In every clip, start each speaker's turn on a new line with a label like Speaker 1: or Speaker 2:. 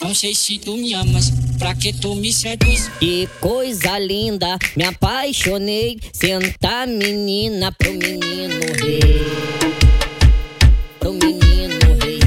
Speaker 1: Não sei se tu me amas, pra que tu me seduz?
Speaker 2: Que coisa linda, me apaixonei. Senta menina pro menino rei. Pro menino rei.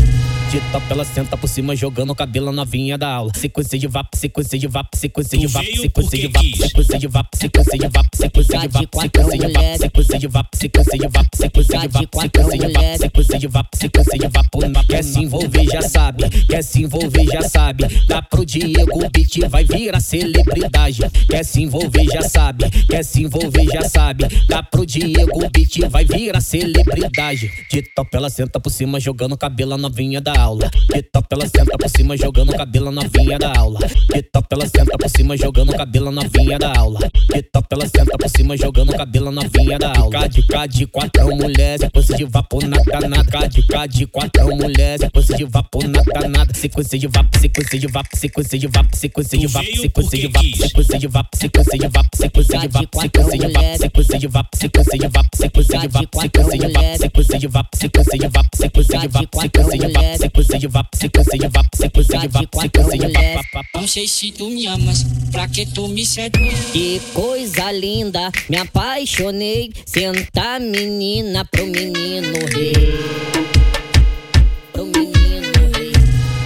Speaker 3: De top ela senta por cima jogando o cabelo novinha da aula. Sequência de vap, sequência de vap, sequência de vap,
Speaker 4: veio
Speaker 3: sequência de
Speaker 4: porque
Speaker 3: vap,
Speaker 4: quis.
Speaker 3: sequência de vap, sequência de vap, sequência de vap, sequência de vap, sequência de vap, sequência de vap, sequência de vap, sequência de vap, sequência de vap, sequência de vap, Quando quer se envolver já sabe, quer se envolver já sabe. Dá pro Diego o beat vai virar celebridade. Quer se envolver já sabe, quer se envolver já sabe. Dá pro Diego o beat vai virar celebridade. De top ela senta por cima jogando cabelo novinha da aula. De top ela senta por cima jogando cabelo novinha da aula. De top ela senta por cima jogando cabelo novinha da aula. De top ela senta por cima jogando cabelo novinha da aula. Cá de cá de quatro mulher, sequência de vapor nada nada. Cá de cá de quatro mulher, sequência de vapor nada nada. Sequência de vap, sequência de vap, sequência de vap, sequência de
Speaker 4: Tu
Speaker 3: vap,
Speaker 4: veio
Speaker 3: sequência de vap,
Speaker 4: porque quis.
Speaker 3: sequência de vap, sequência de vap, sequência de vap, sequência de vap, sequência de vap, sequência de vap, sequência de vap, sequência de vap, sequência de vap, sequência de vap, sequência de vap, sequência de vap, sequência de vap, sequência de vap, sequência de vap, sequência de vap, vap, vap.
Speaker 1: Não sei se tu me amas, pra que tu me seduz?
Speaker 2: Que coisa linda, me apaixonei. Senta menina pro menino rei. Pro menino rei.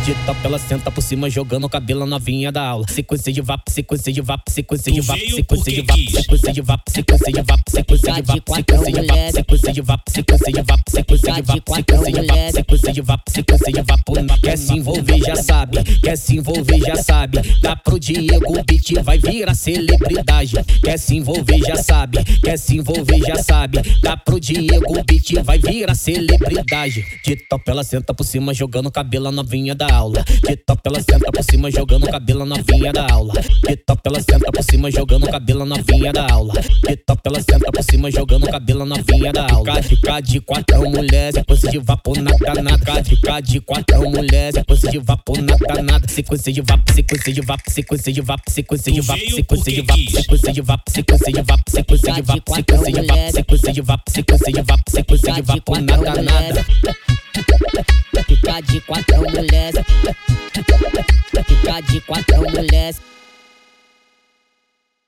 Speaker 3: De top ela senta por cima jogando o cabelo novinha da aula. Sequência de vap, sequência de vap, sequência de
Speaker 4: Tu
Speaker 3: vap,
Speaker 4: veio
Speaker 3: sequência
Speaker 4: porque
Speaker 3: de vap,
Speaker 4: quis.
Speaker 3: sequência de vap, sequência de vap, sequência de vap, sequência de vap, sequência de vap, sequência de vap, sequência de vap, sequência de vap, sequência de vap, sequência de vap. Quando Quer se envolver já sabe, quer se envolver já sabe. Dá pro Diego o beat vai virar celebridade. Quer se envolver já sabe, quer se envolver já sabe. Dá pro Diego o beat vai virar celebridade. De top ela senta por cima jogando cabelo novinha da aula. De top ela senta por cima jogando cabelo novinha da aula. De top ela senta por cima jogando cabelo novinha da aula. De top ela senta por cima jogando cabelo novinha da aula. Cá de cá de quatro mulher, sequência de vapor nada nada. Cá de cá de quatro mulher, sequência de vapor nada nada. Sequência de vap, sequência de vap, sequência de vap, sequência de
Speaker 4: Tu
Speaker 3: vap,
Speaker 4: veio
Speaker 3: sequência de
Speaker 4: porque
Speaker 3: vap,
Speaker 4: quis.
Speaker 3: sequência de vap, sequência de vap, sequência de vap, sequência de vap, sequência de vap, sequência de vap, sequência de vap, nada nada.
Speaker 2: Ficar de quatro mulheres. Ficar de quatro mulheres.